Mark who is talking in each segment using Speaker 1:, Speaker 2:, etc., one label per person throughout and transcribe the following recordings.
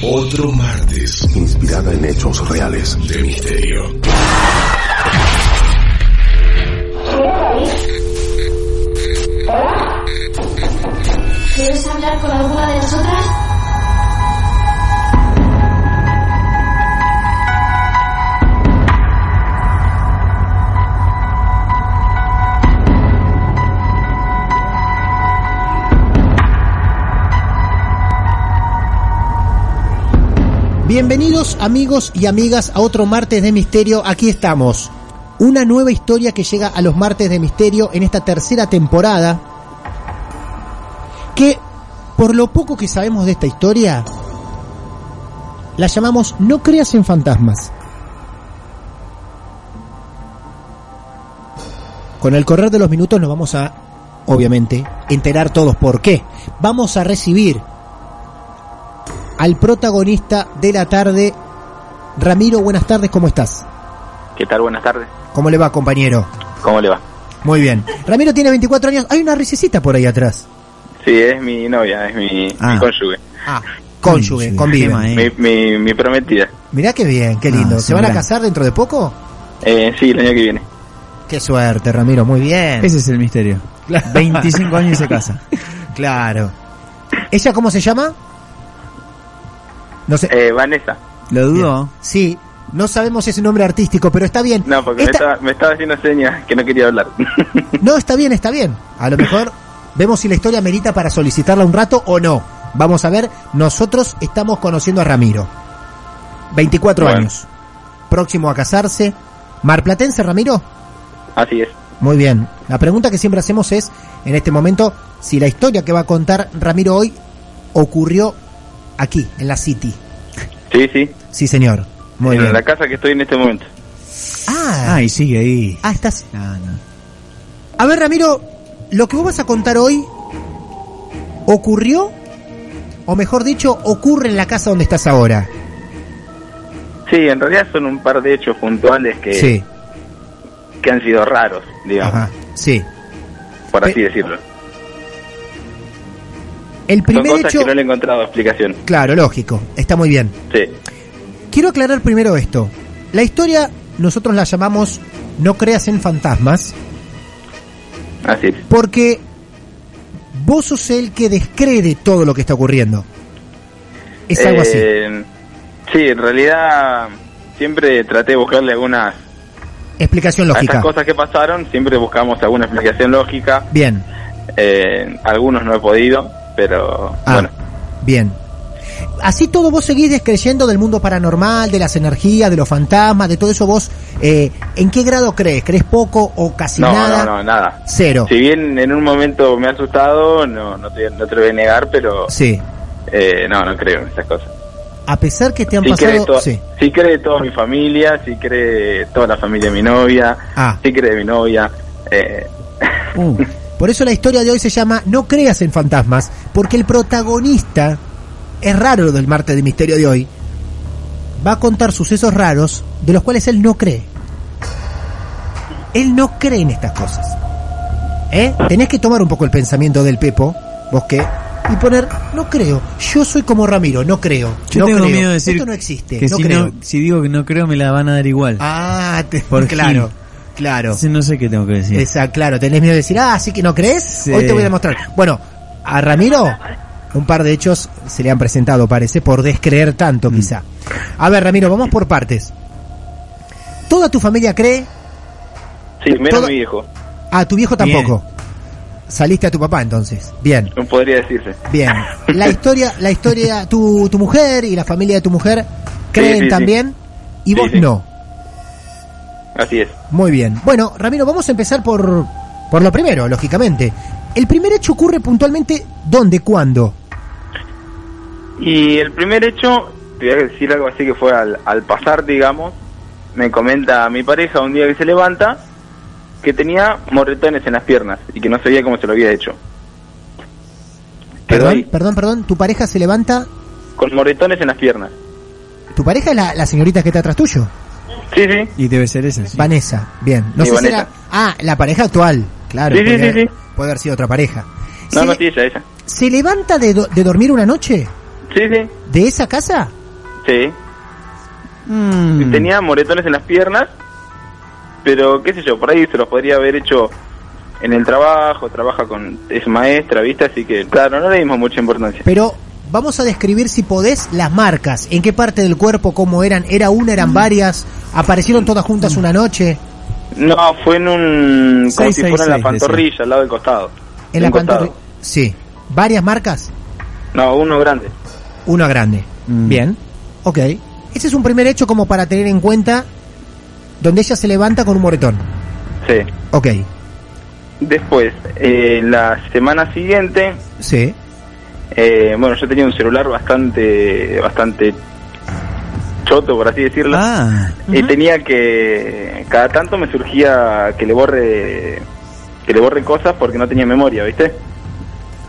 Speaker 1: otro martes
Speaker 2: inspirada en hechos reales.
Speaker 1: de misterio.
Speaker 3: ¿Quieres hablar con alguna de nosotras?
Speaker 4: Bienvenidos amigos y amigas a otro martes de misterio, aquí estamos. Una nueva historia que llega a los martes de misterio en esta tercera temporada. Que, por lo poco que sabemos de esta historia, la llamamos No creas en fantasmas. Con el correr de los minutos nos vamos a, obviamente, enterar todos por qué. Vamos a recibir al protagonista de la tarde. Ramiro, buenas tardes, ¿cómo estás?
Speaker 5: ¿Qué tal? Buenas tardes.
Speaker 4: ¿Cómo le va, compañero?
Speaker 5: ¿Cómo le va?
Speaker 4: Muy bien. Ramiro tiene 24 años, hay una risecita por ahí atrás.
Speaker 5: Sí, es mi novia, es mi,
Speaker 4: Ah.
Speaker 5: mi cónyuge,
Speaker 4: Ah, cónyuge, convive.
Speaker 5: mi, mi, mi prometida.
Speaker 4: Mirá qué bien, qué lindo.
Speaker 6: ¿eh? Ah,
Speaker 4: ¿Se van a
Speaker 6: gran.
Speaker 4: casar dentro de poco?
Speaker 5: Eh, sí, el año que viene.
Speaker 4: Qué suerte, Ramiro, muy bien.
Speaker 6: Ese es el misterio. 25 años y se casa.
Speaker 4: Claro. ¿Ella cómo se llama? No sé.
Speaker 5: Eh, Vanessa.
Speaker 6: Lo dudo.
Speaker 4: Sí, no sabemos ese nombre artístico, pero está bien.
Speaker 5: No, porque me,
Speaker 4: Esta-
Speaker 5: estaba, me estaba haciendo señas que no quería hablar.
Speaker 4: No, está bien, está bien. A lo mejor vemos si la historia merita para solicitarla un rato o no. Vamos a ver, nosotros estamos conociendo a Ramiro. 24
Speaker 5: Bueno.
Speaker 4: años. Próximo a casarse. Marplatense, Ramiro.
Speaker 5: Así es.
Speaker 4: Muy bien. La pregunta que siempre hacemos es, en este momento, si la historia que va a contar Ramiro hoy ocurrió aquí, en la City.
Speaker 5: Sí, sí.
Speaker 4: Sí, señor. Muy
Speaker 5: en
Speaker 4: bien.
Speaker 5: la casa que estoy en este momento.
Speaker 4: Ah,
Speaker 6: Ay, sigue ahí.
Speaker 4: ah, estás
Speaker 6: No, no.
Speaker 4: A ver, Ramiro, lo que vos vas a contar hoy ocurrió, o mejor dicho, ocurre en la casa donde estás ahora.
Speaker 5: Sí, en realidad son un par de hechos puntuales que,
Speaker 4: Sí,
Speaker 5: que han sido raros, digamos,
Speaker 4: ajá, sí.
Speaker 5: por así
Speaker 4: Pe-
Speaker 5: decirlo.
Speaker 4: El
Speaker 5: Son
Speaker 4: primer
Speaker 5: cosas
Speaker 4: hecho,
Speaker 5: que no le he encontrado explicación.
Speaker 4: claro, lógico, está muy bien.
Speaker 5: Sí.
Speaker 4: Quiero aclarar primero esto. La historia nosotros la llamamos No creas en fantasmas,
Speaker 5: Así es.
Speaker 4: porque vos sos el que descrede todo lo que está ocurriendo. Es algo así.
Speaker 5: Eh, Sí, en realidad siempre traté de buscarle algunas
Speaker 4: Explicación
Speaker 5: A
Speaker 4: lógica.
Speaker 5: estas cosas que pasaron siempre buscamos alguna explicación lógica.
Speaker 4: Bien.
Speaker 5: Eh, algunos no he podido, pero
Speaker 4: Ah,
Speaker 5: bueno.
Speaker 4: bien. Así todo vos seguís descreyendo del mundo paranormal, de las energías, de los fantasmas, de todo eso vos, eh, ¿en qué grado crees? ¿Crees poco o casi
Speaker 5: No,
Speaker 4: nada?
Speaker 5: no, no, nada.
Speaker 4: Cero.
Speaker 5: Si bien en un momento me ha asustado, no, no, te, no te lo voy a negar, pero
Speaker 4: Sí.
Speaker 5: eh, no, no creo en esas cosas.
Speaker 4: A pesar que te han
Speaker 5: Sí cree,
Speaker 4: pasado...
Speaker 5: to-
Speaker 4: Sí.
Speaker 5: sí cree toda mi familia, sí cree toda la familia de mi novia,
Speaker 4: Ah.
Speaker 5: sí cree mi novia. eh,
Speaker 6: Uh,
Speaker 4: Mm. Por eso la historia de hoy se llama No creas en fantasmas, porque el protagonista, es raro lo del martes de misterio de hoy, va a contar sucesos raros de los cuales él no cree. Él no cree en estas cosas. ¿Eh? Tenés que tomar un poco el pensamiento del Pepo, vos qué, y poner, no creo, yo soy como Ramiro, no creo.
Speaker 6: yo
Speaker 4: no
Speaker 6: tengo
Speaker 4: creo.
Speaker 6: miedo de decir
Speaker 4: Esto no existe,
Speaker 6: que
Speaker 4: no
Speaker 6: si,
Speaker 4: creo.
Speaker 6: no- si digo que no creo me la van a dar igual.
Speaker 4: Ah, te-
Speaker 6: Por
Speaker 4: claro,
Speaker 6: Gil.
Speaker 4: claro.
Speaker 6: Entonces no sé qué tengo que decir.
Speaker 4: Esa, claro, tenés miedo de decir, ah, así que no crees,
Speaker 6: Sí.
Speaker 4: hoy te voy a demostrar. Bueno, a Ramiro Un par de hechos se le han presentado, parece, por descreer
Speaker 5: Mm.
Speaker 4: tanto, quizá. A ver, Ramiro, vamos por partes. ¿Toda tu familia cree?
Speaker 5: Sí, menos
Speaker 4: Todo-
Speaker 5: mi viejo,
Speaker 4: A tu viejo
Speaker 6: Bien.
Speaker 4: tampoco. Saliste a tu papá entonces. Bien,
Speaker 5: no podría decirse.
Speaker 4: bien. La historia, la historia, tu, tu mujer y la familia de tu mujer creen
Speaker 5: sí, sí.
Speaker 4: también y
Speaker 5: Sí,
Speaker 4: vos
Speaker 5: sí.
Speaker 4: no.
Speaker 5: Así es.
Speaker 4: Muy bien. Bueno, Ramiro, vamos a empezar por, por lo primero, lógicamente. El primer hecho ocurre puntualmente dónde, cuándo.
Speaker 5: Y el primer hecho, te voy a decir algo así que fue al, al pasar, digamos, me comenta mi pareja un día que se levanta que tenía morretones en las piernas y que no sabía cómo se lo había hecho. Quedó
Speaker 4: Perdón,
Speaker 5: ahí,
Speaker 4: perdón, perdón. Tu pareja se levanta.
Speaker 5: con morretones en las piernas.
Speaker 4: Tu pareja es la, la señorita que está atrás tuyo.
Speaker 5: Sí, sí,
Speaker 6: Y debe ser esa. sí.
Speaker 4: Vanessa. Bien. No
Speaker 5: Sí,
Speaker 4: sé si
Speaker 5: Vanessa.
Speaker 4: era- Ah, la pareja actual. Claro.
Speaker 5: Sí, sí,
Speaker 4: podría-
Speaker 5: sí, sí.
Speaker 4: Puede haber sido otra pareja.
Speaker 5: no,
Speaker 4: se,
Speaker 5: no, sí, ella, ella.
Speaker 4: se levanta de, do- de dormir una noche?
Speaker 5: Sí, sí,
Speaker 4: ¿De esa casa?
Speaker 5: sí.
Speaker 6: Mm.
Speaker 5: Tenía moretones en las piernas, pero qué sé yo, por ahí se los podría haber hecho en el trabajo, trabaja con, es maestra, viste, así que claro, no le dimos mucha importancia.
Speaker 4: Pero vamos a describir, si podés, las marcas. ¿En qué parte del cuerpo? ¿Cómo eran? ¿Era una?
Speaker 5: Mm.
Speaker 4: ¿Eran varias? ¿Aparecieron todas juntas una noche?
Speaker 5: No, fue en un. como
Speaker 6: Seis,
Speaker 5: si
Speaker 6: seis,
Speaker 5: fuera en la
Speaker 6: seis,
Speaker 5: pantorrilla, al lado del costado.
Speaker 4: ¿En
Speaker 5: De
Speaker 4: la
Speaker 5: un costado.
Speaker 4: pantorrilla? Sí. ¿Varias marcas?
Speaker 5: No, uno grande.
Speaker 4: Una grande.
Speaker 6: Mm.
Speaker 4: Bien. Ok. Ese es un primer hecho como para tener en cuenta donde ella se levanta con un moretón.
Speaker 5: Sí.
Speaker 4: Ok.
Speaker 5: Después, eh, la semana siguiente,
Speaker 4: Sí.
Speaker 5: eh, bueno, yo tenía un celular bastante. bastante. choto, por así decirlo.
Speaker 6: Ah.
Speaker 5: Y tenía que. cada tanto me surgía que le borre. que le borre cosas porque no tenía memoria, ¿viste?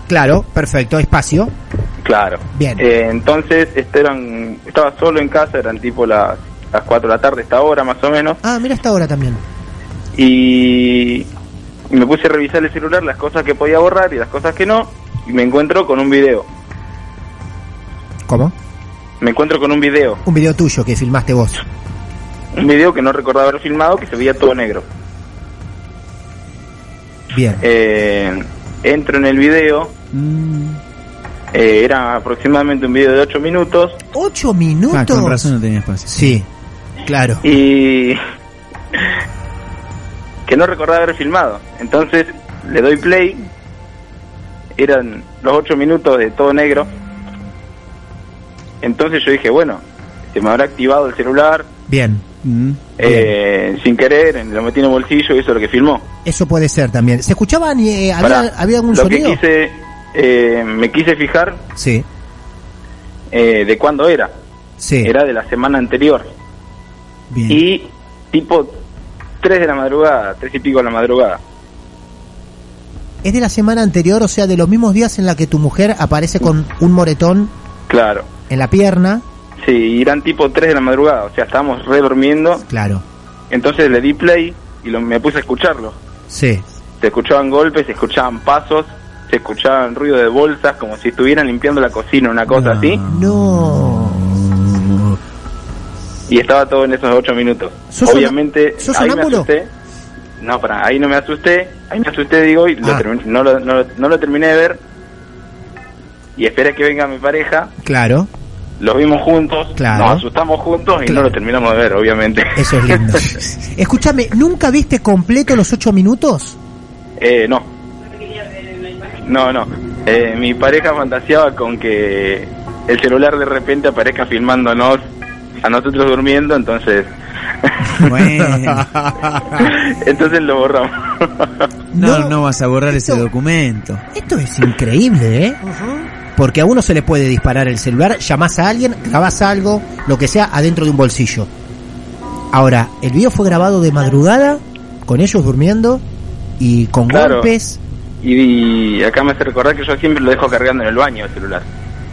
Speaker 4: Claro, perfecto. Espacio.
Speaker 5: Claro.
Speaker 4: Bien.
Speaker 5: Eh, entonces, este eran, estaba solo en casa, eran tipo las, las 4 de la tarde, esta hora más o menos.
Speaker 4: Ah, mira esta hora también.
Speaker 5: y me puse a revisar el celular las cosas que podía borrar y las cosas que no y me encuentro con un video
Speaker 4: ¿Cómo?
Speaker 5: me encuentro con un video
Speaker 4: Un video tuyo que filmaste vos.
Speaker 5: un video que no recordaba haber filmado que se veía todo negro
Speaker 4: Bien.
Speaker 5: Eh, entro en el video
Speaker 6: Mm.
Speaker 5: eh, era aproximadamente un video de 8 minutos
Speaker 4: Ocho
Speaker 6: Ah,
Speaker 4: minutos.
Speaker 6: con razón no tenía espacio.
Speaker 4: Sí. Claro.
Speaker 5: y que no recordaba haber filmado entonces le doy play eran los 8 minutos de todo negro entonces yo dije bueno se me habrá activado el celular
Speaker 4: Bien.
Speaker 6: Mm.
Speaker 5: Eh, sin querer, en- lo metí en el bolsillo y eso es lo que filmó.
Speaker 4: Eso puede ser también. ¿Se escuchaban? eh, había,
Speaker 5: Pará,
Speaker 4: había algún
Speaker 5: lo
Speaker 4: sonido?
Speaker 5: que quise, eh, me quise fijar
Speaker 4: Sí.
Speaker 5: eh, de cuándo era.
Speaker 4: Sí.
Speaker 5: Era de la semana anterior.
Speaker 6: Bien.
Speaker 5: Y tipo 3 de la madrugada, 3 y pico de la madrugada.
Speaker 4: Es de la semana anterior, o sea, de los mismos días en la que tu mujer aparece con un moretón
Speaker 5: Claro.
Speaker 4: en la pierna.
Speaker 5: Sí, y eran tipo 3 de la madrugada, o sea, estábamos re durmiendo.
Speaker 4: Claro.
Speaker 5: Entonces le di play y lo- me puse a escucharlo.
Speaker 4: Sí.
Speaker 5: Se escuchaban golpes, se escuchaban pasos, se escuchaban ruido de bolsas, como si estuvieran limpiando la cocina, una cosa
Speaker 6: No.
Speaker 5: así.
Speaker 4: No.
Speaker 5: Y estaba todo en esos ocho minutos.
Speaker 4: ¿Sos
Speaker 5: Obviamente,
Speaker 4: soná- sos
Speaker 5: ahí me
Speaker 4: sonámbulo?
Speaker 5: asusté. No, para, ahí no me asusté. Ahí me asusté, digo, y lo
Speaker 4: Ah.
Speaker 5: termi- no, lo, no lo- no lo terminé de ver. Y esperé que venga mi pareja.
Speaker 4: Claro.
Speaker 5: Los vimos juntos,
Speaker 4: Claro.
Speaker 5: nos asustamos juntos y
Speaker 4: Claro.
Speaker 5: no lo terminamos de ver, obviamente.
Speaker 4: Eso es lindo. Escúchame, ¿nunca viste completo los ocho minutos?
Speaker 5: eh, no. No, no. Eh, mi pareja fantaseaba con que el celular de repente aparezca filmándonos a nosotros durmiendo, entonces
Speaker 6: Bueno.
Speaker 5: entonces lo borramos.
Speaker 6: No, no, vas a borrar ese
Speaker 4: Esto-
Speaker 6: documento.
Speaker 4: Esto es increíble, ¿eh? Porque a uno se le puede disparar el celular, llamás a alguien, grabás algo, lo que sea, adentro de un bolsillo. Ahora, el video fue grabado de madrugada, con ellos durmiendo y con
Speaker 5: Claro.
Speaker 4: golpes.
Speaker 5: Y, y acá me hace recordar que yo siempre lo dejo cargando en el baño el celular.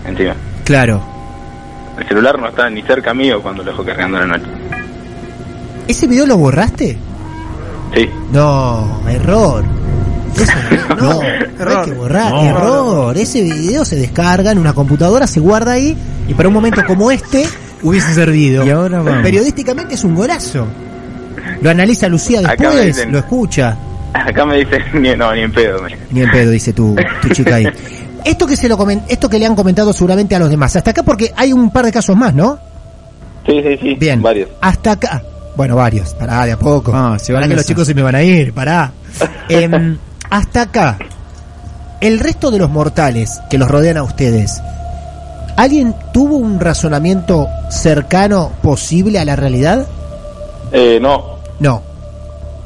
Speaker 5: Encima.
Speaker 4: Claro.
Speaker 5: El celular no está ni cerca mío cuando lo dejo cargando en la noche.
Speaker 4: ¿Ese video lo borraste?
Speaker 5: Sí.
Speaker 4: No, error. Eso no, no, hay que borrar,
Speaker 6: No.
Speaker 4: error. Ese video se descarga en una computadora, se guarda ahí y para un momento como este hubiese servido.
Speaker 6: Y ahora vamos.
Speaker 4: Periodísticamente es un golazo. Lo analiza Lucía
Speaker 5: Acá me
Speaker 4: después,
Speaker 5: dicen.
Speaker 4: lo escucha.
Speaker 5: Acá me dice, ni, no, ni en pedo. me dice.
Speaker 4: Ni en pedo, dice tu, tu chica ahí. Esto que se lo comen- esto que le han comentado seguramente a los demás. Hasta acá porque hay un par de casos más, ¿no?
Speaker 5: Sí, sí, sí.
Speaker 4: Bien.
Speaker 5: Varios.
Speaker 4: Hasta acá. Bueno, varios. Pará, de a poco.
Speaker 6: Ah, se va
Speaker 4: Pará
Speaker 6: el
Speaker 4: que
Speaker 6: mesa.
Speaker 4: los chicos se me van a ir. Pará. Em, hasta acá. El resto de los mortales que los rodean a ustedes, ¿alguien tuvo un razonamiento cercano posible a la realidad?
Speaker 5: Eh, no,
Speaker 4: No.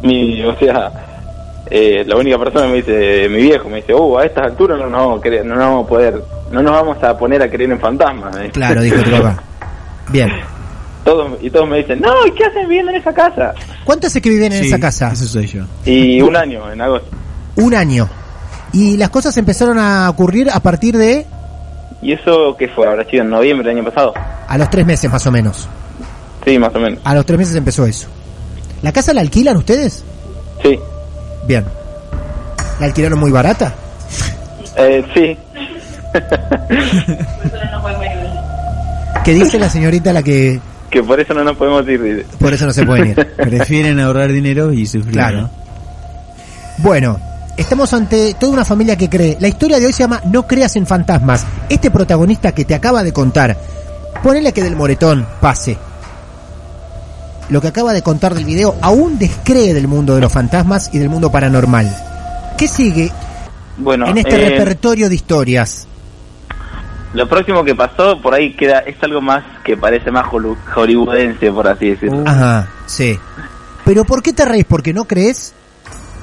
Speaker 5: mi, o sea, eh, la única persona me dice, mi viejo me dice, oh, a estas alturas no nos vamos a creer- no nos vamos a poder, no nos vamos a poner a creer en fantasmas. me dice.
Speaker 4: Claro, dijo tu papá. Bien.
Speaker 5: Todos, y todos me dicen, no, ¿y qué hacen viviendo en esa casa?
Speaker 4: ¿Cuánto hace que viven en
Speaker 6: Sí,
Speaker 4: esa casa?
Speaker 6: Eso soy yo.
Speaker 5: Y un año, en agosto.
Speaker 4: Un año. Y las cosas empezaron a ocurrir a partir de
Speaker 5: ¿Y eso qué fue? ¿Habrá sido en noviembre del año pasado?
Speaker 4: a los tres meses más o menos.
Speaker 5: Sí, más o menos.
Speaker 4: A los tres meses empezó eso. ¿La casa la alquilan ustedes?
Speaker 5: Sí.
Speaker 4: Bien. ¿La alquilaron muy barata?
Speaker 5: Eh, sí.
Speaker 4: ¿Qué dice la señorita a la que
Speaker 5: Que por eso no nos podemos ir. dice.
Speaker 4: por eso no se pueden ir?
Speaker 6: Prefieren ahorrar dinero y sufrir.
Speaker 4: Claro.
Speaker 6: ¿no?
Speaker 4: Bueno, estamos ante toda una familia que cree. La historia de hoy se llama No creas en fantasmas. Este protagonista que te acaba de contar, ponele que del moretón pase. Lo que acaba de contar del video aún descree del mundo de los fantasmas y del mundo paranormal. ¿Qué sigue
Speaker 5: Bueno,
Speaker 4: en este
Speaker 5: eh,
Speaker 4: repertorio de historias?
Speaker 5: lo próximo que pasó por ahí queda, es algo más que parece más holu- hollywoodense, por así decirlo.
Speaker 4: Ajá, sí. ¿Pero por qué te reís? ¿Porque no crees?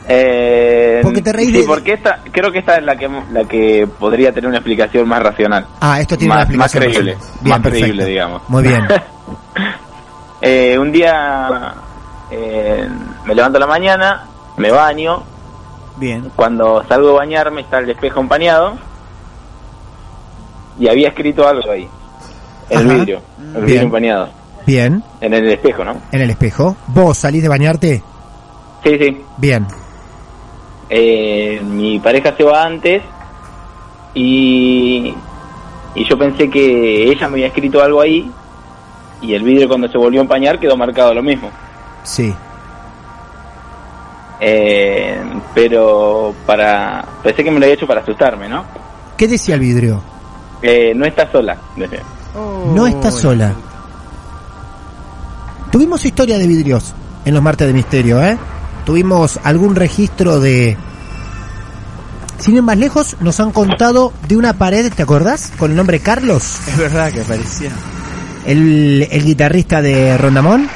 Speaker 5: Eh,
Speaker 4: Porque te reís
Speaker 5: sí,
Speaker 4: de-
Speaker 5: porque esta, creo que esta es la que, la que podría tener una explicación más racional.
Speaker 4: Ah, esto tiene
Speaker 5: más,
Speaker 4: una
Speaker 5: más
Speaker 4: explicación.
Speaker 5: creíble.
Speaker 4: Bien,
Speaker 5: más creíble,
Speaker 4: perfecto.
Speaker 5: digamos.
Speaker 4: Muy bien.
Speaker 5: Eh, un día eh, me levanto a la mañana, me baño,
Speaker 6: Bien.
Speaker 5: cuando salgo a bañarme está el espejo empañado y había escrito algo ahí, en el
Speaker 4: Ajá.
Speaker 5: vidrio, el
Speaker 4: Bien.
Speaker 5: vidrio empañado,
Speaker 4: Bien,
Speaker 5: en el espejo, ¿no?
Speaker 4: en el espejo. ¿Vos salís de bañarte?
Speaker 5: Sí, sí.
Speaker 4: Bien.
Speaker 5: Eh, mi pareja se va antes y, y yo pensé que ella me había escrito algo ahí y el vidrio cuando se volvió a empañar quedó marcado lo mismo.
Speaker 4: Sí.
Speaker 5: Eh, pero para pensé que me lo había hecho para asustarme, ¿no?
Speaker 4: ¿Qué decía el vidrio?
Speaker 5: Eh, no está sola. decía.
Speaker 6: Oh,
Speaker 4: no estás sola. Tuvimos historia de vidrios en los martes de misterio, ¿eh? Tuvimos algún registro de... Sin ir más lejos, nos han contado de una pared, ¿te acordás? Con el nombre Carlos,
Speaker 6: Es verdad que parecía.
Speaker 4: el, el guitarrista de Rondamón.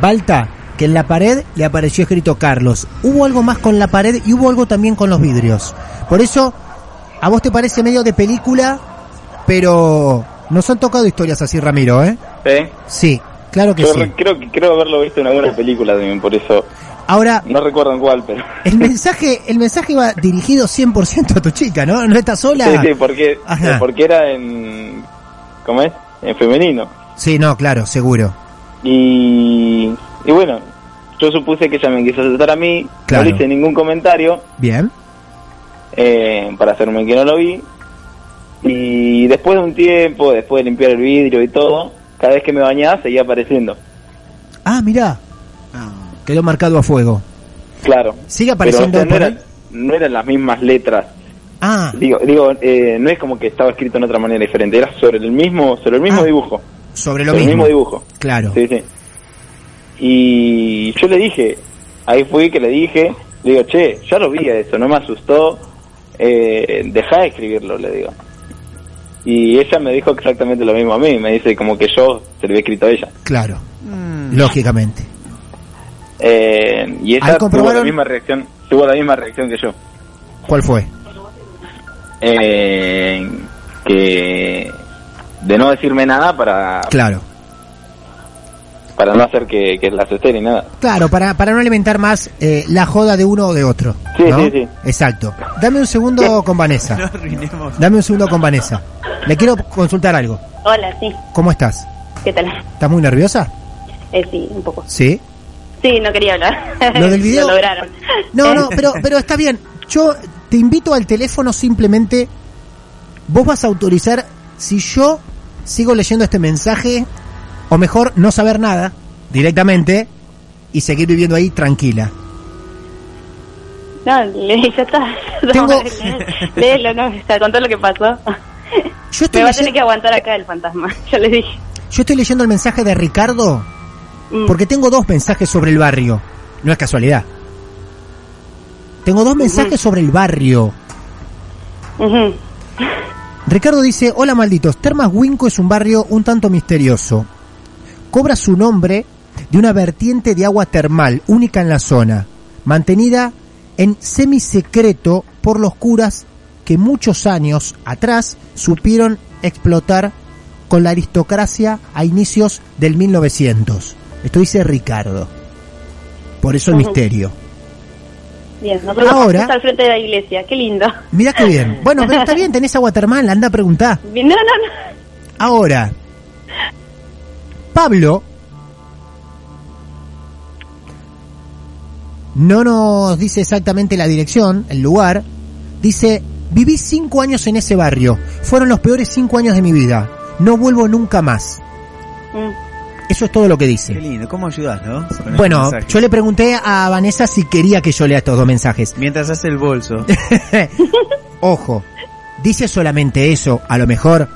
Speaker 4: Balta, que en la pared le apareció escrito Carlos. Hubo algo más con la pared y hubo algo también con los vidrios. Por eso, a vos te parece medio de película, pero nos han tocado historias así, Ramiro, ¿eh?
Speaker 5: ¿Sí?
Speaker 4: Sí, claro que
Speaker 5: Yo
Speaker 4: sí.
Speaker 5: re- creo que creo haberlo visto en alguna película también, por eso
Speaker 4: Ahora,
Speaker 5: no recuerdo en cuál, pero
Speaker 4: el mensaje, el mensaje va dirigido 100% a tu chica, ¿no? No estás
Speaker 5: sí,
Speaker 4: sola.
Speaker 5: sí, porque
Speaker 4: Ajá.
Speaker 5: porque era en ¿cómo es? En femenino.
Speaker 4: Sí, no, claro, seguro.
Speaker 5: Y y bueno, yo supuse que ella me quiso asustar a mí,
Speaker 4: Claro.
Speaker 5: no le hice ningún comentario
Speaker 4: Bien.
Speaker 5: eh, para hacerme que no lo vi. Y después de un tiempo, después de limpiar el vidrio y todo, cada vez que me bañaba seguía apareciendo.
Speaker 4: Ah, mirá,
Speaker 6: Ah,
Speaker 4: quedó marcado a fuego.
Speaker 5: Claro.
Speaker 4: Sigue
Speaker 5: Pero o
Speaker 4: apareciendo
Speaker 5: sea, no,
Speaker 4: por
Speaker 5: eran,
Speaker 4: ahí.
Speaker 5: no eran las mismas letras.
Speaker 4: Ah,
Speaker 5: Digo, digo eh, no es como que estaba escrito en otra manera diferente, era sobre el mismo, sobre el mismo
Speaker 4: Ah,
Speaker 5: dibujo.
Speaker 4: sobre lo
Speaker 5: Sobre el
Speaker 4: mismo.
Speaker 5: mismo dibujo.
Speaker 4: Claro.
Speaker 5: Sí, sí. Y yo le dije, ahí fui que le dije, le digo, che, ya lo vi a eso, no me asustó, eh, deja de escribirlo, le digo. Y ella me dijo exactamente lo mismo a mí, me dice como que yo se lo había escrito a ella.
Speaker 4: Claro, Mm. lógicamente.
Speaker 5: Eh,
Speaker 4: Ahí
Speaker 5: y ella tuvo la
Speaker 4: comprobaron-
Speaker 5: misma reacción, tuvo la misma reacción que yo.
Speaker 4: ¿Cuál fue?
Speaker 5: Eh, que de no decirme nada para,
Speaker 4: Claro.
Speaker 5: para no hacer que, que la asusté ni nada.
Speaker 4: Claro, para, para no alimentar más eh, la joda de uno o de otro.
Speaker 5: Sí,
Speaker 4: ¿no?
Speaker 5: sí, sí.
Speaker 4: Exacto. Dame un segundo con
Speaker 6: no
Speaker 4: Vanessa.
Speaker 6: arruinemos.
Speaker 4: Dame un segundo con Vanessa. Le quiero consultar algo.
Speaker 7: Hola, sí.
Speaker 4: ¿Cómo estás?
Speaker 7: ¿Qué tal?
Speaker 4: ¿Estás muy nerviosa?
Speaker 7: Eh, sí, un poco.
Speaker 4: Sí.
Speaker 7: Sí, no quería hablar.
Speaker 4: ¿Lo del video?
Speaker 7: Lo lograron. Eh,
Speaker 4: No, no, pero, pero está bien. Yo te invito al teléfono simplemente. Vos vas a autorizar si yo sigo leyendo este mensaje, o mejor, no saber nada directamente y seguir viviendo ahí tranquila.
Speaker 7: No, le- ya está.
Speaker 4: Tengo-
Speaker 7: Léelo, no, está con todo lo que pasó.
Speaker 4: Yo estoy,
Speaker 7: Me va a
Speaker 4: leye-
Speaker 7: tener que aguantar acá el fantasma, ya le dije.
Speaker 4: yo estoy leyendo el mensaje de Ricardo
Speaker 7: Mm.
Speaker 4: porque tengo dos mensajes sobre el barrio. No es casualidad. Tengo dos mensajes sobre el barrio.
Speaker 7: Ujú.
Speaker 4: Ricardo dice, hola malditos, Termas Winco es un barrio un tanto misterioso. Cobra su nombre de una vertiente de agua termal, única en la zona, mantenida en semisecreto por los curas que muchos años atrás supieron explotar con la aristocracia a inicios del 1900. Esto dice Ricardo. Por eso el
Speaker 7: Ujú.
Speaker 4: misterio.
Speaker 7: Bien, nosotros
Speaker 4: Ahora-
Speaker 7: está al frente de la iglesia, qué lindo.
Speaker 4: Mirá qué bien. Bueno, pero está bien, tenés agua termal, anda a preguntar.
Speaker 7: Bien, No, no, no.
Speaker 4: Ahora, Pablo no nos dice exactamente la dirección, el lugar. Dice, viví cinco años en ese barrio. Fueron los peores cinco años de mi vida. No vuelvo nunca más.
Speaker 7: Mm.
Speaker 4: Eso es todo lo que
Speaker 6: Qué
Speaker 4: dice.
Speaker 6: lindo, ¿cómo ayudas, no? Con este
Speaker 4: Este. Bueno,
Speaker 6: mensaje.
Speaker 4: yo le pregunté a Vanessa si quería que yo lea estos dos mensajes.
Speaker 6: Mientras hace el bolso.
Speaker 4: Ojo, dice solamente eso, a lo mejor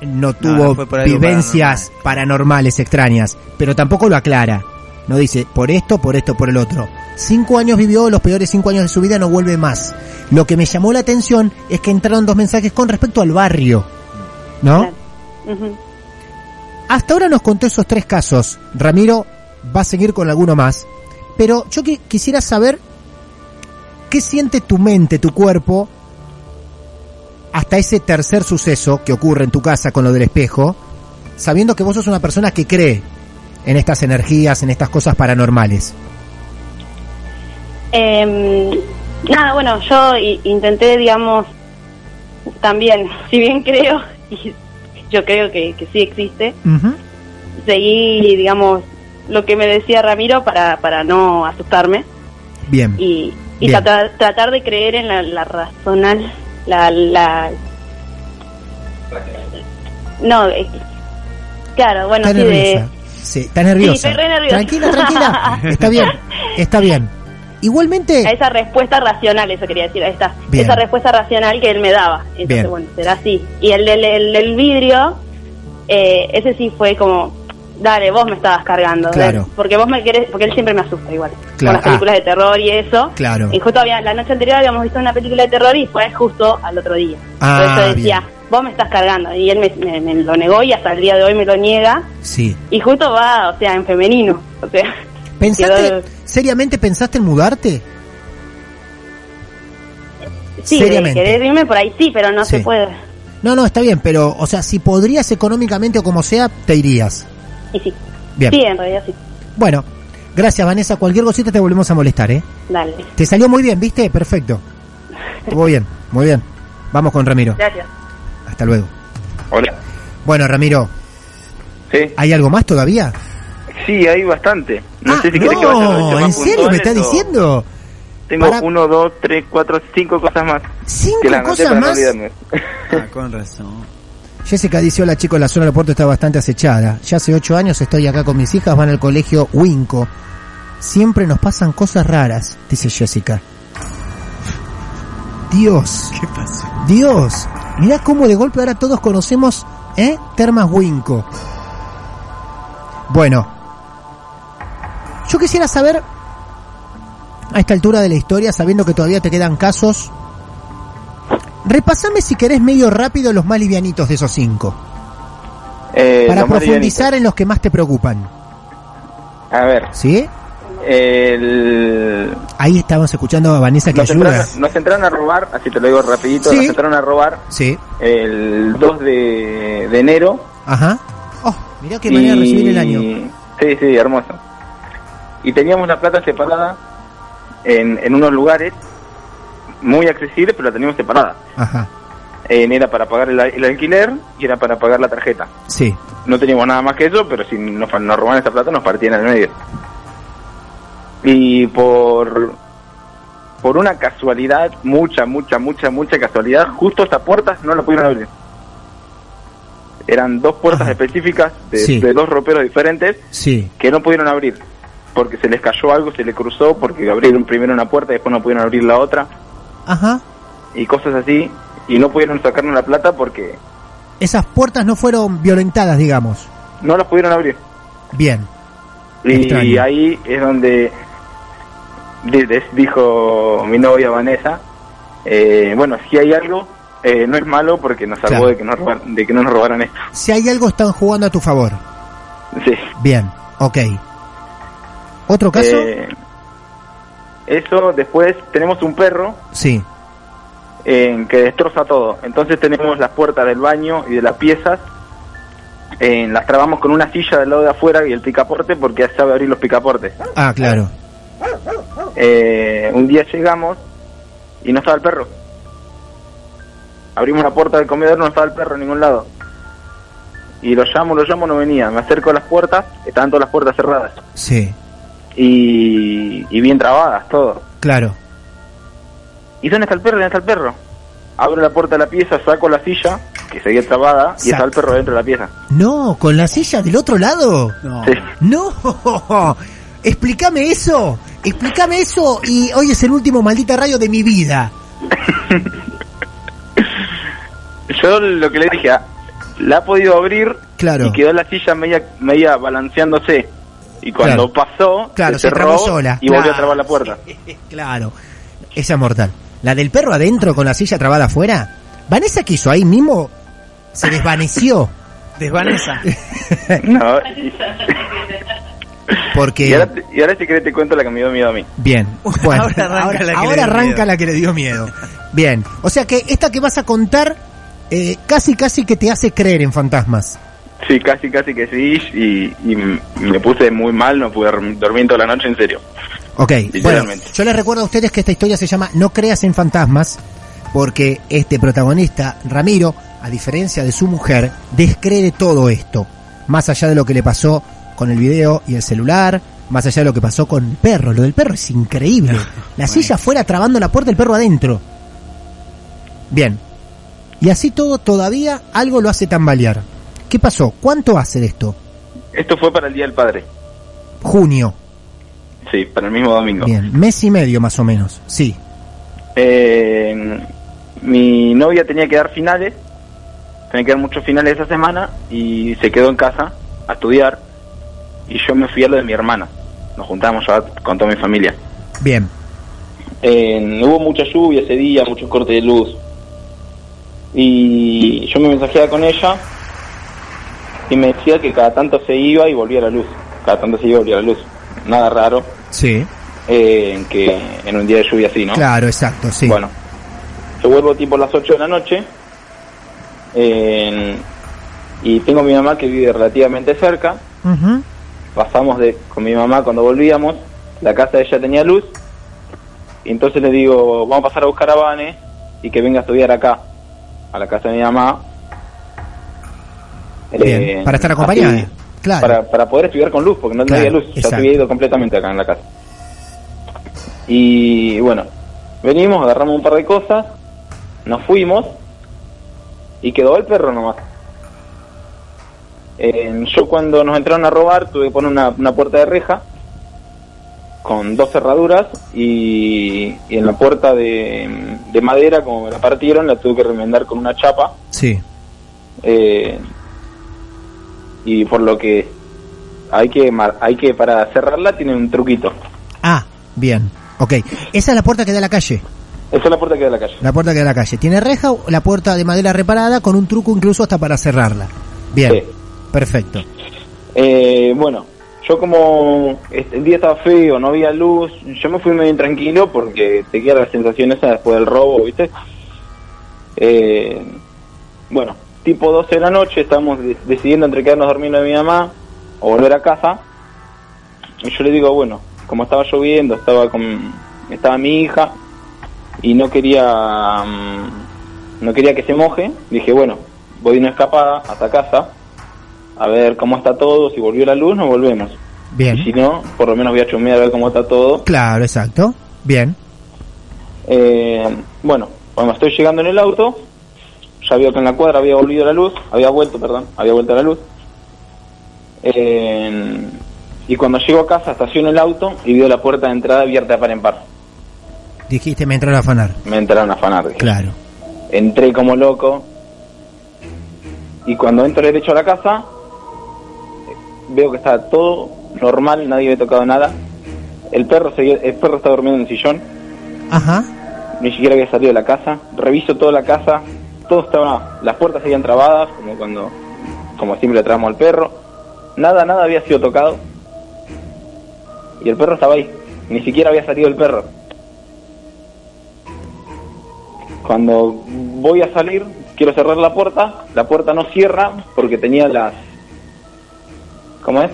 Speaker 4: no tuvo
Speaker 6: fue por algo
Speaker 4: vivencias paranormales extrañas, pero tampoco lo aclara. No dice por esto, por esto, por el otro. Cinco años vivió, los peores cinco años de su vida no vuelve más. Lo que me llamó la atención es que entraron dos mensajes con respecto al barrio. ¿No?
Speaker 7: Claro. Ujú.
Speaker 4: Hasta ahora nos contó esos tres casos. Ramiro va a seguir con alguno más. Pero yo qui- quisiera saber qué siente tu mente, tu cuerpo, hasta ese tercer suceso que ocurre en tu casa con lo del espejo, sabiendo que vos sos una persona que cree en estas energías, en estas cosas paranormales.
Speaker 7: Eh, nada, bueno, yo i- intenté, digamos, también, si bien creo, y yo creo que, que sí existe, seguí, digamos, lo que me decía Ramiro para, para no asustarme
Speaker 4: Bien.
Speaker 7: y, y
Speaker 4: Bien.
Speaker 7: tratar, tratar de creer en la, la razonal, la, la... No, eh, claro, bueno,
Speaker 4: Está
Speaker 7: sí, de-
Speaker 4: nerviosa. Sí, está nerviosa.
Speaker 7: estoy re nerviosa.
Speaker 4: Tranquila, tranquila. Está bien, está bien. Igualmente...
Speaker 7: a esa respuesta racional, eso quería decir, a esta,
Speaker 4: Bien.
Speaker 7: esa respuesta racional que él me daba. Entonces,
Speaker 4: Bien.
Speaker 7: bueno, será así. Y el del el, del vidrio, eh, ese sí fue como, dale, vos me estabas cargando.
Speaker 4: Claro.
Speaker 7: ven, porque vos me querés, porque él siempre me asusta igual.
Speaker 4: Claro, Ah.
Speaker 7: Con las películas de terror y eso.
Speaker 4: Claro.
Speaker 7: Y justo había, la noche anterior habíamos visto una película de terror y fue justo al otro día.
Speaker 4: Ah,
Speaker 7: Entonces yo decía,
Speaker 4: bien.
Speaker 7: vos me estás cargando. Y él me, me- me lo negó y hasta el día de hoy me lo niega.
Speaker 4: Sí.
Speaker 7: Y justo va, o sea, en femenino. O sea,
Speaker 4: ¿Pensaste,
Speaker 7: Quedó-
Speaker 4: seriamente pensaste en mudarte?
Speaker 7: sí, de
Speaker 4: Seriamente.
Speaker 7: querer irme por ahí sí, pero no
Speaker 4: Sí.
Speaker 7: se puede.
Speaker 4: No, no, está bien, pero, o sea, si podrías económicamente o como sea, te irías.
Speaker 7: Y sí.
Speaker 4: Bien.
Speaker 7: Sí, en realidad sí.
Speaker 4: Bueno, gracias Vanessa, cualquier cosita te volvemos a molestar, ¿eh?
Speaker 7: Dale.
Speaker 4: Te salió muy bien, ¿viste? Perfecto. Estuvo bien, muy bien. Vamos con Ramiro.
Speaker 7: Gracias.
Speaker 4: Hasta luego.
Speaker 5: Hola.
Speaker 4: Bueno, Ramiro,
Speaker 5: Sí.
Speaker 4: ¿hay algo más todavía?
Speaker 5: Sí, hay bastante. No
Speaker 4: Ah,
Speaker 5: sé si querés que vaya
Speaker 4: no, ¿en serio me estás
Speaker 5: estás
Speaker 4: diciendo?
Speaker 5: Tengo
Speaker 4: Para-
Speaker 5: uno, dos, tres, cuatro, cinco cosas más. Que las
Speaker 4: Cinco
Speaker 5: anoté
Speaker 4: cosas
Speaker 5: para no
Speaker 4: más.
Speaker 5: olvidarme.
Speaker 6: Ah, con razón.
Speaker 4: Jessica dice, hola chicos, la zona del puerto está bastante acechada. Ya hace ocho años estoy acá con mis hijas, van al colegio Winco. Siempre nos pasan cosas raras, dice Jessica. Dios,
Speaker 6: ¿Qué pasó?
Speaker 4: Dios, mirá cómo de golpe ahora todos conocemos, ¿eh? Termas Winco. Bueno, yo quisiera saber, a esta altura de la historia, sabiendo que todavía te quedan casos, repasame si querés medio rápido los más livianitos de esos cinco.
Speaker 5: Eh,
Speaker 4: para
Speaker 5: lo más
Speaker 4: profundizar en los que más te preocupan.
Speaker 5: livianito. A ver,
Speaker 4: ¿Sí?
Speaker 5: el...
Speaker 4: Ahí estamos escuchando a Vanessa que
Speaker 5: nos,
Speaker 4: ayuda.
Speaker 5: entraron, nos entraron a robar, así te lo digo rapidito,
Speaker 4: Sí.
Speaker 5: nos entraron a robar
Speaker 4: Sí,
Speaker 5: el 2 de, de enero.
Speaker 4: ajá. Oh, mirá qué manera de recibir el año.
Speaker 5: Sí, sí, hermoso. Y teníamos la plata separada en, en unos lugares muy accesibles, pero la teníamos separada.
Speaker 4: Ajá,
Speaker 5: En- Eh, era para pagar el, el alquiler y era para pagar la tarjeta.
Speaker 4: sí.
Speaker 5: No teníamos nada más que eso, pero si nos, nos robaban esa plata nos partían al medio. Y por por una casualidad, mucha, mucha, mucha, mucha casualidad, justo estas puertas no las pudieron abrir. Eran dos puertas
Speaker 4: Ajá.
Speaker 5: específicas de,
Speaker 4: Sí.
Speaker 5: de dos roperos diferentes
Speaker 4: Sí,
Speaker 5: que no pudieron abrir porque se les cayó algo, se les cruzó, porque abrieron primero una puerta y después no pudieron abrir la otra.
Speaker 4: ajá.
Speaker 5: y cosas así, y no pudieron sacarnos la plata porque
Speaker 4: Esas puertas no fueron violentadas, digamos.
Speaker 5: no las pudieron abrir.
Speaker 4: Bien.
Speaker 5: Y
Speaker 4: Extraño.
Speaker 5: ahí es donde di- des- dijo mi novia Vanessa, eh, bueno, si hay algo, eh, no es malo porque nos salvó
Speaker 4: Claro.
Speaker 5: de, que nos robar- de que no nos robaran esto.
Speaker 4: Si hay algo, están jugando a tu favor.
Speaker 5: Sí.
Speaker 4: Bien, ok. ¿Otro caso?
Speaker 5: Eh, eso, después tenemos un perro
Speaker 4: sí.
Speaker 5: en que destroza todo. Entonces tenemos las puertas del baño y de las piezas. en- las trabamos con una silla del lado de afuera y el picaporte porque sabe abrir los picaportes.
Speaker 4: Ah, claro.
Speaker 5: Eh, un día llegamos y no estaba el perro. Abrimos la puerta del comedor, no estaba el perro en ningún lado. Y lo llamo, lo llamo, no venía. Me acerco a las puertas, estaban todas las puertas cerradas.
Speaker 4: Sí,
Speaker 5: Y, y bien trabadas, todo.
Speaker 4: claro.
Speaker 5: ¿Y dónde está el perro? ¿Dónde está el perro? Abro la puerta de la pieza, saco la silla, que seguía trabada, y está el perro dentro de la pieza.
Speaker 4: No, con la silla del otro lado.
Speaker 6: No.
Speaker 5: Sí.
Speaker 4: No. Explícame eso. Explícame eso. Y hoy es el último maldita radio de mi vida.
Speaker 5: Yo lo que le dije, ah, la ha podido abrir
Speaker 4: Claro.
Speaker 5: y quedó la silla media, media balanceándose. Y cuando pasó,
Speaker 4: Claro, se
Speaker 5: se cerró
Speaker 4: trabó sola.
Speaker 5: y volvió
Speaker 4: Claro,
Speaker 5: a trabar la puerta.
Speaker 4: Claro. Esa es mortal. La del perro adentro con la silla trabada afuera. Vanessa que hizo ahí mismo se desvaneció.
Speaker 6: Desvaneza.
Speaker 5: No, y,
Speaker 4: Porque.
Speaker 5: y ahora, te- y ahora si querés te cuento la que me dio miedo a mí.
Speaker 4: Bien. Bueno,
Speaker 6: Ahora arranca la que le
Speaker 4: ahora
Speaker 6: dio
Speaker 4: arranca
Speaker 6: miedo.
Speaker 4: la que le dio miedo. Bien. O sea que esta que vas a contar eh, casi casi que te hace creer en fantasmas.
Speaker 5: Sí, casi, casi que sí, y, y me puse muy mal, no pude dorm- dormir toda la noche, en serio.
Speaker 4: Ok, bueno,
Speaker 5: Literalmente.
Speaker 4: yo les recuerdo a ustedes que esta historia se llama No creas en fantasmas, porque este protagonista, Ramiro, a diferencia de su mujer, descree de todo esto, más allá de lo que le pasó con el video y el celular, más allá de lo que pasó con el perro, lo del perro es increíble, la silla fuera trabando la puerta, el perro adentro. Bien, y así todo, todavía algo lo hace tambalear. ¿Qué pasó? ¿Cuánto hace de esto?
Speaker 5: Esto fue para el Día del Padre,
Speaker 4: Junio,
Speaker 5: sí, para el mismo domingo.
Speaker 4: bien, mes y medio más o menos, sí,
Speaker 5: Eh, mi novia tenía que dar finales, tenía que dar muchos finales esa semana y se quedó en casa a estudiar y yo me fui a lo de mi hermana. Nos juntamos ya con toda mi familia.
Speaker 4: bien.
Speaker 5: Eh, hubo mucha lluvia ese día, muchos cortes de luz. Y yo me mensajeaba con ella y me decía que cada tanto se iba y volvía la luz. Cada tanto se iba y volvía la luz. Nada raro
Speaker 4: Sí.
Speaker 5: eh, que en un día de lluvia así, ¿no?
Speaker 4: Claro, exacto, sí.
Speaker 5: Bueno, yo vuelvo tipo a las 8 de la noche eh, y tengo a mi mamá que vive relativamente cerca.
Speaker 4: Ujú.
Speaker 5: Pasamos de, con mi mamá cuando volvíamos, la casa de ella tenía luz. Y entonces le digo, vamos a pasar a buscar a Vane y que venga a estudiar acá, a la casa de mi mamá. Eh,
Speaker 4: Bien, para estar acompañada, claro.
Speaker 5: Para, para poder estudiar con luz, porque no
Speaker 4: Claro,
Speaker 5: había luz. Ya se
Speaker 4: exacto.
Speaker 5: había ido completamente acá en la casa. Y bueno, venimos, agarramos un par de cosas, nos fuimos y quedó el perro nomás. Eh, yo cuando nos entraron a robar tuve que poner una, una puerta de reja con dos cerraduras y, y en la puerta de, de madera, como me la partieron, la tuve que remendar con una chapa.
Speaker 4: Sí.
Speaker 5: eh, y por lo que hay que, mar- hay que para cerrarla tiene un truquito.
Speaker 4: Ah, bien. Ok. Esa es la puerta que da a la calle.
Speaker 5: Esa es la puerta que da a la calle.
Speaker 4: La puerta que da a la calle. Tiene reja, la puerta de madera reparada con un truco incluso hasta para cerrarla. Bien.
Speaker 5: Sí.
Speaker 4: Perfecto.
Speaker 5: Eh, bueno, yo como es- el día estaba feo, no había luz, yo me fui medio intranquilo porque te queda la sensación esa después del robo, ¿viste? Eh, bueno, tipo 12 de la noche, estamos de- decidiendo entre quedarnos dormiendo de mi mamá o volver a casa. Y yo le digo, bueno, como estaba lloviendo, estaba con estaba mi hija y no quería mm, no quería que se moje, dije, bueno, voy de una escapada hasta casa a ver cómo está todo, si volvió la luz, nos volvemos.
Speaker 4: Bien.
Speaker 5: Y si no, por lo menos voy a chumear a ver cómo está todo.
Speaker 4: Claro, exacto. Bien.
Speaker 5: Eh, bueno, cuando estoy llegando en el auto, ya veo que en la cuadra había volvido la luz, había vuelto, perdón, había vuelto la luz. Eh, y cuando llego a casa, estaciono el auto y veo la puerta de entrada abierta de par en par.
Speaker 4: Dijiste, me entraron a afanar.
Speaker 5: Me entraron a afanar. dije.
Speaker 4: Claro.
Speaker 5: Entré como loco. Y cuando entro derecho a la casa, eh, veo que está todo normal, nadie había tocado nada. El perro, seguía- el perro está durmiendo en el sillón,
Speaker 4: Ajá.
Speaker 5: ni siquiera había salido de la casa. Reviso toda la casa, todo estaba, las puertas seguían trabadas, como cuando, como siempre le trabamos al perro. Nada, nada había sido tocado. Y el perro estaba ahí, ni siquiera había salido el perro. Cuando voy a salir, quiero cerrar la puerta, la puerta no cierra porque tenía las... ¿Cómo es?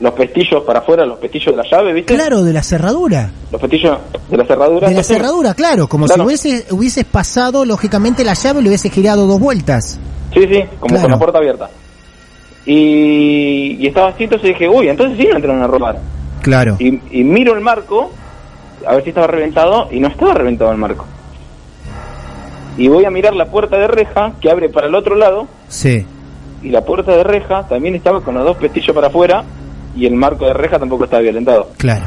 Speaker 5: Los pestillos para afuera, los pestillos de la llave, ¿viste?
Speaker 4: Claro, de la cerradura.
Speaker 5: Los pestillos de la cerradura.
Speaker 4: De la
Speaker 5: no sé.
Speaker 4: cerradura, claro. Como
Speaker 5: Claro.
Speaker 4: si hubiese, hubieses pasado, lógicamente, la llave y le hubieses girado dos vueltas.
Speaker 5: Sí, sí, como
Speaker 4: Claro.
Speaker 5: con la puerta abierta. Y, y estaba así, entonces dije, uy, entonces sí me entraron a robar.
Speaker 4: Claro.
Speaker 5: Y, y miro el marco, a ver si estaba reventado, y no estaba reventado el marco. Y voy a mirar la puerta de reja que abre para el otro lado,
Speaker 4: Sí.
Speaker 5: y la puerta de reja también estaba con los dos pestillos para afuera, y el marco de reja tampoco estaba violentado.
Speaker 4: Claro.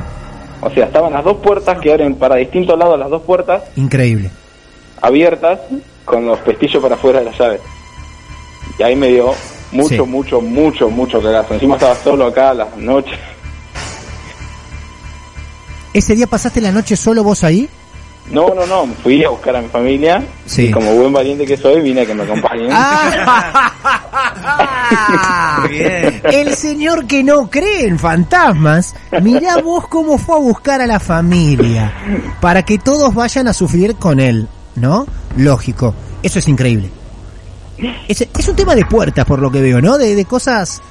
Speaker 5: O sea, estaban las dos puertas que abren para distintos lados, las dos puertas
Speaker 4: Increíble.
Speaker 5: abiertas, con los pestillos para afuera de las llaves. Y ahí me dio mucho,
Speaker 4: Sí.
Speaker 5: mucho, mucho, mucho cagazo. Encima estaba solo acá a las noches.
Speaker 4: ¿Ese día pasaste la noche solo vos ahí?
Speaker 5: No, no, no, fui a buscar a mi familia.
Speaker 4: Sí.
Speaker 5: Y como buen valiente que soy, vine a que me acompañen.
Speaker 4: Ah.
Speaker 6: Muy bien.
Speaker 4: El señor que no cree en fantasmas, mirá vos cómo fue a buscar a la familia para que todos vayan a sufrir con él, ¿no? Lógico, eso es increíble. Es, es un tema de puertas, por lo que veo, ¿no? De, de cosas...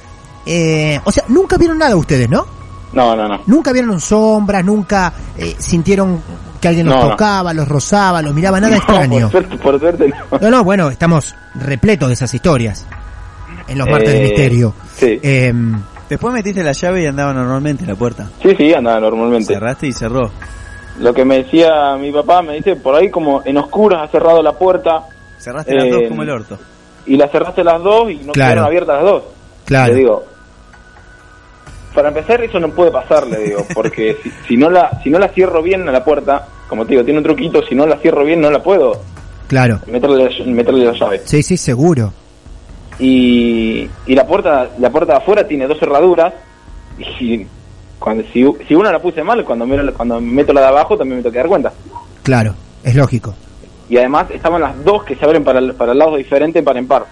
Speaker 4: eh, o sea, nunca vieron nada ustedes, ¿no?
Speaker 5: No, no, no.
Speaker 4: Nunca vieron sombras, nunca eh, sintieron que alguien los
Speaker 5: No, no.
Speaker 4: tocaba, los rozaba, los miraba, nada
Speaker 5: No, pues,
Speaker 4: extraño.
Speaker 5: Por suerte, por suerte no.
Speaker 4: No, no, bueno, estamos repletos de esas historias. En los martes del
Speaker 5: Eh,
Speaker 4: misterio.
Speaker 5: sí.
Speaker 4: Eh,
Speaker 6: Después metiste la llave y andaba normalmente la puerta.
Speaker 5: Sí, sí, andaba normalmente.
Speaker 6: Cerraste y cerró.
Speaker 5: Lo que me decía mi papá, me dice, por ahí como en oscuras has cerrado la puerta
Speaker 6: Cerraste las dos
Speaker 5: Eh,
Speaker 6: como el orto.
Speaker 5: y la cerraste las dos y no
Speaker 4: Claro.
Speaker 5: quedaron abiertas las dos.
Speaker 4: claro.
Speaker 5: Le digo, para empezar eso no puede pasar, le digo, porque si, si no la si no la cierro bien a la puerta, como te digo, tiene un truquito, si no la cierro bien no la puedo
Speaker 4: Claro.
Speaker 5: meterle, la- meterle la llave.
Speaker 4: Sí, sí, seguro.
Speaker 5: y, y la puerta la puerta de afuera tiene dos cerraduras y cuando si, si una la puse mal cuando miro, la- cuando meto la de abajo también me tengo que dar cuenta
Speaker 4: Claro. Es lógico.
Speaker 5: y además estaban las dos que se abren para, el- para lados diferentes para empar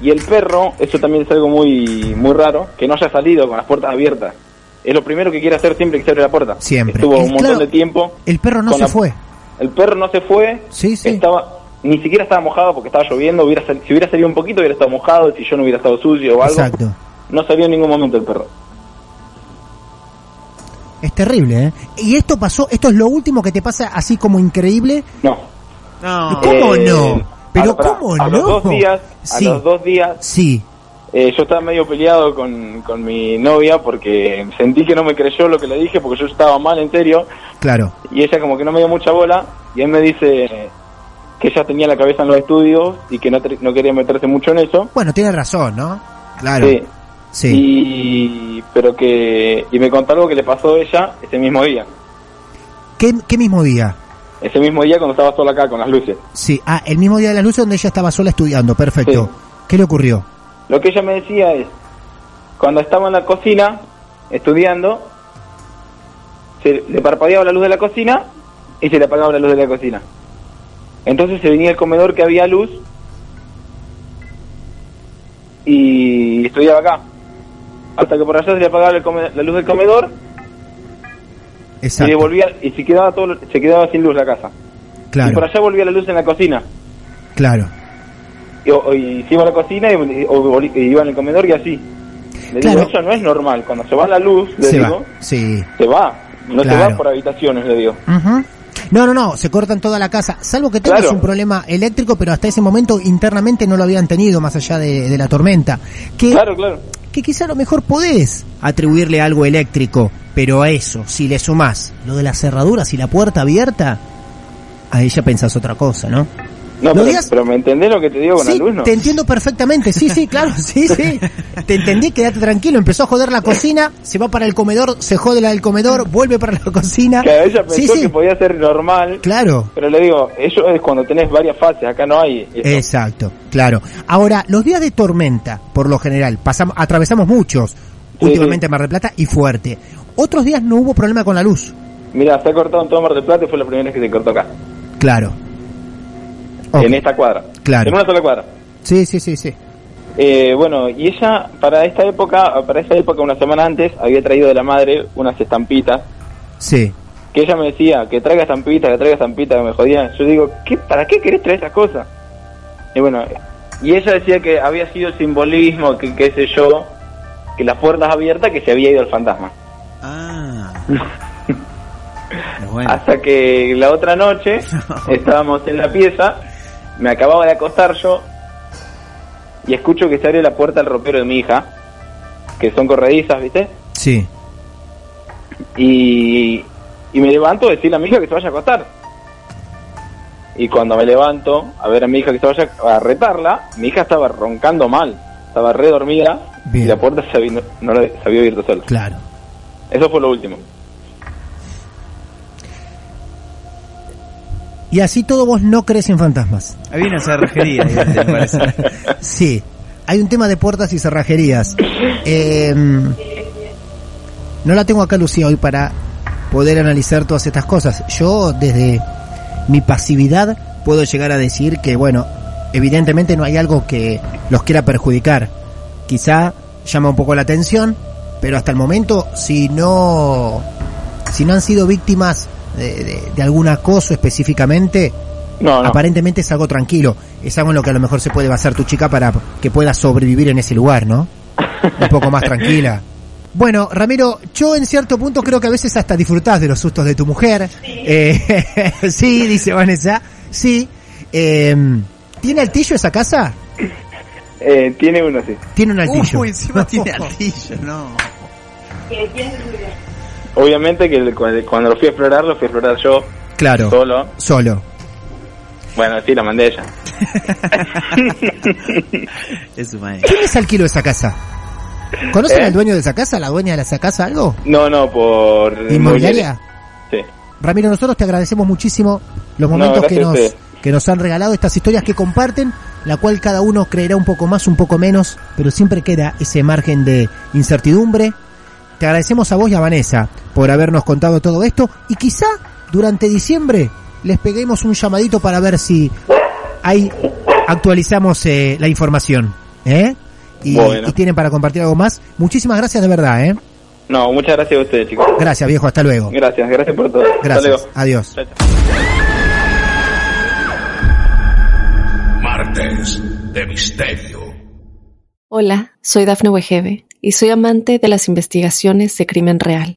Speaker 5: y el perro eso también es algo muy muy raro que no haya salido con las puertas abiertas es lo primero que quiere hacer siempre que se abre la puerta
Speaker 4: Siempre.
Speaker 5: estuvo
Speaker 4: Es
Speaker 5: un montón
Speaker 4: claro,
Speaker 5: de tiempo
Speaker 4: El perro no
Speaker 5: Con
Speaker 4: se
Speaker 5: la-
Speaker 4: fue.
Speaker 5: el perro no se fue
Speaker 4: Sí, sí.
Speaker 5: estaba ni siquiera estaba mojado porque estaba lloviendo hubiera sal- si hubiera salido un poquito hubiera estado mojado el sillón hubiera estado sucio o algo
Speaker 4: Exacto.
Speaker 5: No salió en ningún momento el perro.
Speaker 4: Es terrible, ¿eh? Y esto pasó, esto es lo último que te pasa así como increíble.
Speaker 5: No.
Speaker 6: No.
Speaker 4: ¿Cómo
Speaker 5: Eh,
Speaker 4: no?
Speaker 5: a
Speaker 4: Pero
Speaker 5: lo- pará,
Speaker 4: ¿cómo
Speaker 5: a
Speaker 4: no?
Speaker 5: Los dos días,
Speaker 4: sí,
Speaker 5: A los dos días,
Speaker 4: sí,
Speaker 5: eh, yo estaba medio peleado con, con mi novia porque sentí que no me creyó lo que le dije porque yo estaba mal, en serio.
Speaker 4: claro.
Speaker 5: Y ella como que no me dio mucha bola. Y él me dice que ella tenía la cabeza en los estudios y que no, tre- no quería meterse mucho en eso.
Speaker 4: Bueno, tiene razón, ¿no? Claro.
Speaker 5: Sí.
Speaker 4: sí.
Speaker 5: Y, pero que, y me contó algo que le pasó a ella ese mismo día.
Speaker 4: ¿Qué, ¿Qué mismo día?
Speaker 5: Ese mismo día cuando estaba sola acá con las luces.
Speaker 4: Sí, ah, el mismo día de las luces donde ella estaba sola estudiando, perfecto.
Speaker 5: Sí.
Speaker 4: ¿Qué le ocurrió?
Speaker 5: Lo que ella me decía es, cuando estaba en la cocina, estudiando, se le parpadeaba la luz de la cocina y se le apagaba la luz de la cocina. Entonces se venía al comedor que había luz y estudiaba acá. Hasta que por allá se le apagaba el come- la luz del comedor y, le
Speaker 4: Exacto.
Speaker 5: volvía, y se, quedaba todo, se quedaba sin luz la casa. Y por
Speaker 4: Claro,
Speaker 5: allá volvía la luz en la cocina.
Speaker 4: claro.
Speaker 5: y, o- y se iba a la cocina y, o- o- y iba en el comedor y así. Le
Speaker 4: Claro.
Speaker 5: digo, eso no es normal. Cuando se va la luz, le
Speaker 4: Se
Speaker 5: digo,
Speaker 4: va. Sí.
Speaker 5: se va. No se
Speaker 4: Claro.
Speaker 5: va por habitaciones, le digo.
Speaker 4: Ujú. No, no, no, se cortan toda la casa, salvo que tengas
Speaker 5: Claro.
Speaker 4: un problema eléctrico, pero hasta ese momento internamente no lo habían tenido, más allá de, de la tormenta. Que,
Speaker 5: Claro, claro.
Speaker 4: que quizá a lo mejor podés atribuirle algo eléctrico, pero a eso, si le sumás lo de las cerraduras y la puerta abierta, a ella pensás otra cosa, ¿no?
Speaker 5: No,
Speaker 4: No
Speaker 5: pero,
Speaker 4: digas-
Speaker 5: pero ¿me entendés lo que te digo con
Speaker 4: Sí,
Speaker 5: alumnos?
Speaker 4: te entiendo perfectamente. Sí, sí, claro, sí, sí. Te entendí, quédate tranquilo. Empezó a joder la cocina, se va para el comedor, se jode la del comedor, vuelve para la cocina.
Speaker 5: Que ella pensó
Speaker 4: sí,
Speaker 5: que
Speaker 4: sí,
Speaker 5: podía ser normal,
Speaker 4: claro.
Speaker 5: pero le digo, eso es cuando tenés varias fases, acá no hay. eso.
Speaker 4: Exacto, claro. Ahora, los días de tormenta, por lo general, pasamos, atravesamos muchos, últimamente Mar del Plata y fuerte. Otros días no hubo problema con la luz,
Speaker 5: Mira, se ha cortado en todo Mar del Plata y fue la primera vez que se cortó acá,
Speaker 4: claro. Ok,
Speaker 5: en este- esta cuadra.
Speaker 4: Claro.
Speaker 5: En una sola cuadra.
Speaker 4: Sí, sí, sí, sí.
Speaker 5: Eh, bueno, y ella para esta época, para esa época una semana antes había traído de la madre unas estampitas
Speaker 4: Sí,
Speaker 5: que ella me decía que traiga estampitas, que traiga estampitas, que me jodía. Yo digo, ¿qué, ¿para qué querés traer esas cosas? Y bueno, y ella decía que había sido el simbolismo, que qué sé yo, que las puertas abiertas, que se había ido el fantasma.
Speaker 6: Ah. Pero bueno.
Speaker 5: Hasta que la otra noche estábamos en la pieza, me acababa de acostar yo y escucho que se abre la puerta al ropero de mi hija, que son corredizas, ¿viste?
Speaker 4: sí.
Speaker 5: y, y me levanto a decirle a mi hija que se vaya a acostar. Y cuando me levanto a ver a mi hija que se vaya a retarla, mi hija estaba roncando mal, estaba re dormida
Speaker 4: Bien.
Speaker 5: y la puerta se, había- no la- se había abierto sola.
Speaker 4: Claro.
Speaker 5: Eso fue lo último.
Speaker 4: Y así todo vos no crees en fantasmas.
Speaker 6: Había una cerrajería, digamos, me parece.
Speaker 4: Sí, hay un tema de puertas y cerrajerías. Eh, no la tengo acá, Lucía, hoy para poder analizar todas estas cosas. Yo, desde mi pasividad, puedo llegar a decir que, bueno, evidentemente no hay algo que los quiera perjudicar. Quizá llama un poco la atención, pero hasta el momento, si no, si no han sido víctimas de, de- de algún acoso específicamente,
Speaker 5: No, no.
Speaker 4: aparentemente es algo tranquilo, es algo en lo que a lo mejor se puede basar tu chica para que pueda sobrevivir en ese lugar, ¿no? Un poco más tranquila. Bueno, Ramiro, yo en cierto punto creo que a veces hasta disfrutás de los sustos de tu mujer. Eh, sí, dice Vanessa. Sí. Eh, ¿Tiene altillo esa casa?
Speaker 5: Eh, tiene uno así.
Speaker 4: Tiene un altillo.
Speaker 6: Uy, encima tiene altillo, no.
Speaker 5: Obviamente que el- cu- cuando lo fui a explorar, lo fui a explorar yo
Speaker 4: Claro.
Speaker 5: solo.
Speaker 4: Solo.
Speaker 5: Bueno, sí, la mandé a ella.
Speaker 6: Es su madre.
Speaker 4: ¿Quién les alquiló esa casa? ¿Conocen
Speaker 5: ¿Eh?
Speaker 4: al dueño de esa casa? ¿La dueña de esa casa? ¿Algo?
Speaker 5: No, no, por...
Speaker 4: ¿Inmobiliaria?
Speaker 5: Sí.
Speaker 4: Ramiro, nosotros te agradecemos muchísimo los momentos
Speaker 5: No,
Speaker 4: que,
Speaker 5: gracias a
Speaker 4: nos,
Speaker 5: ustedes.
Speaker 4: que nos han regalado, estas historias que comparten, la cual cada uno creerá un poco más, un poco menos, pero siempre queda ese margen de incertidumbre. Te agradecemos a vos y a Vanessa por habernos contado todo esto y quizá durante diciembre les peguemos un llamadito para ver si ahí actualizamos eh, la información. ¿eh? Y,
Speaker 5: Bueno.
Speaker 4: y tienen para compartir algo más. Muchísimas gracias de verdad. ¿eh?
Speaker 5: No, muchas gracias a ustedes, chicos.
Speaker 4: Gracias viejo, hasta luego.
Speaker 5: Gracias, gracias por todo. Hasta
Speaker 4: Gracias.
Speaker 5: luego.
Speaker 4: Adiós.
Speaker 5: Chao, chao.
Speaker 1: Martes de Misterio.
Speaker 8: Hola, soy Dafne Wegebe y soy amante de las investigaciones de crimen real.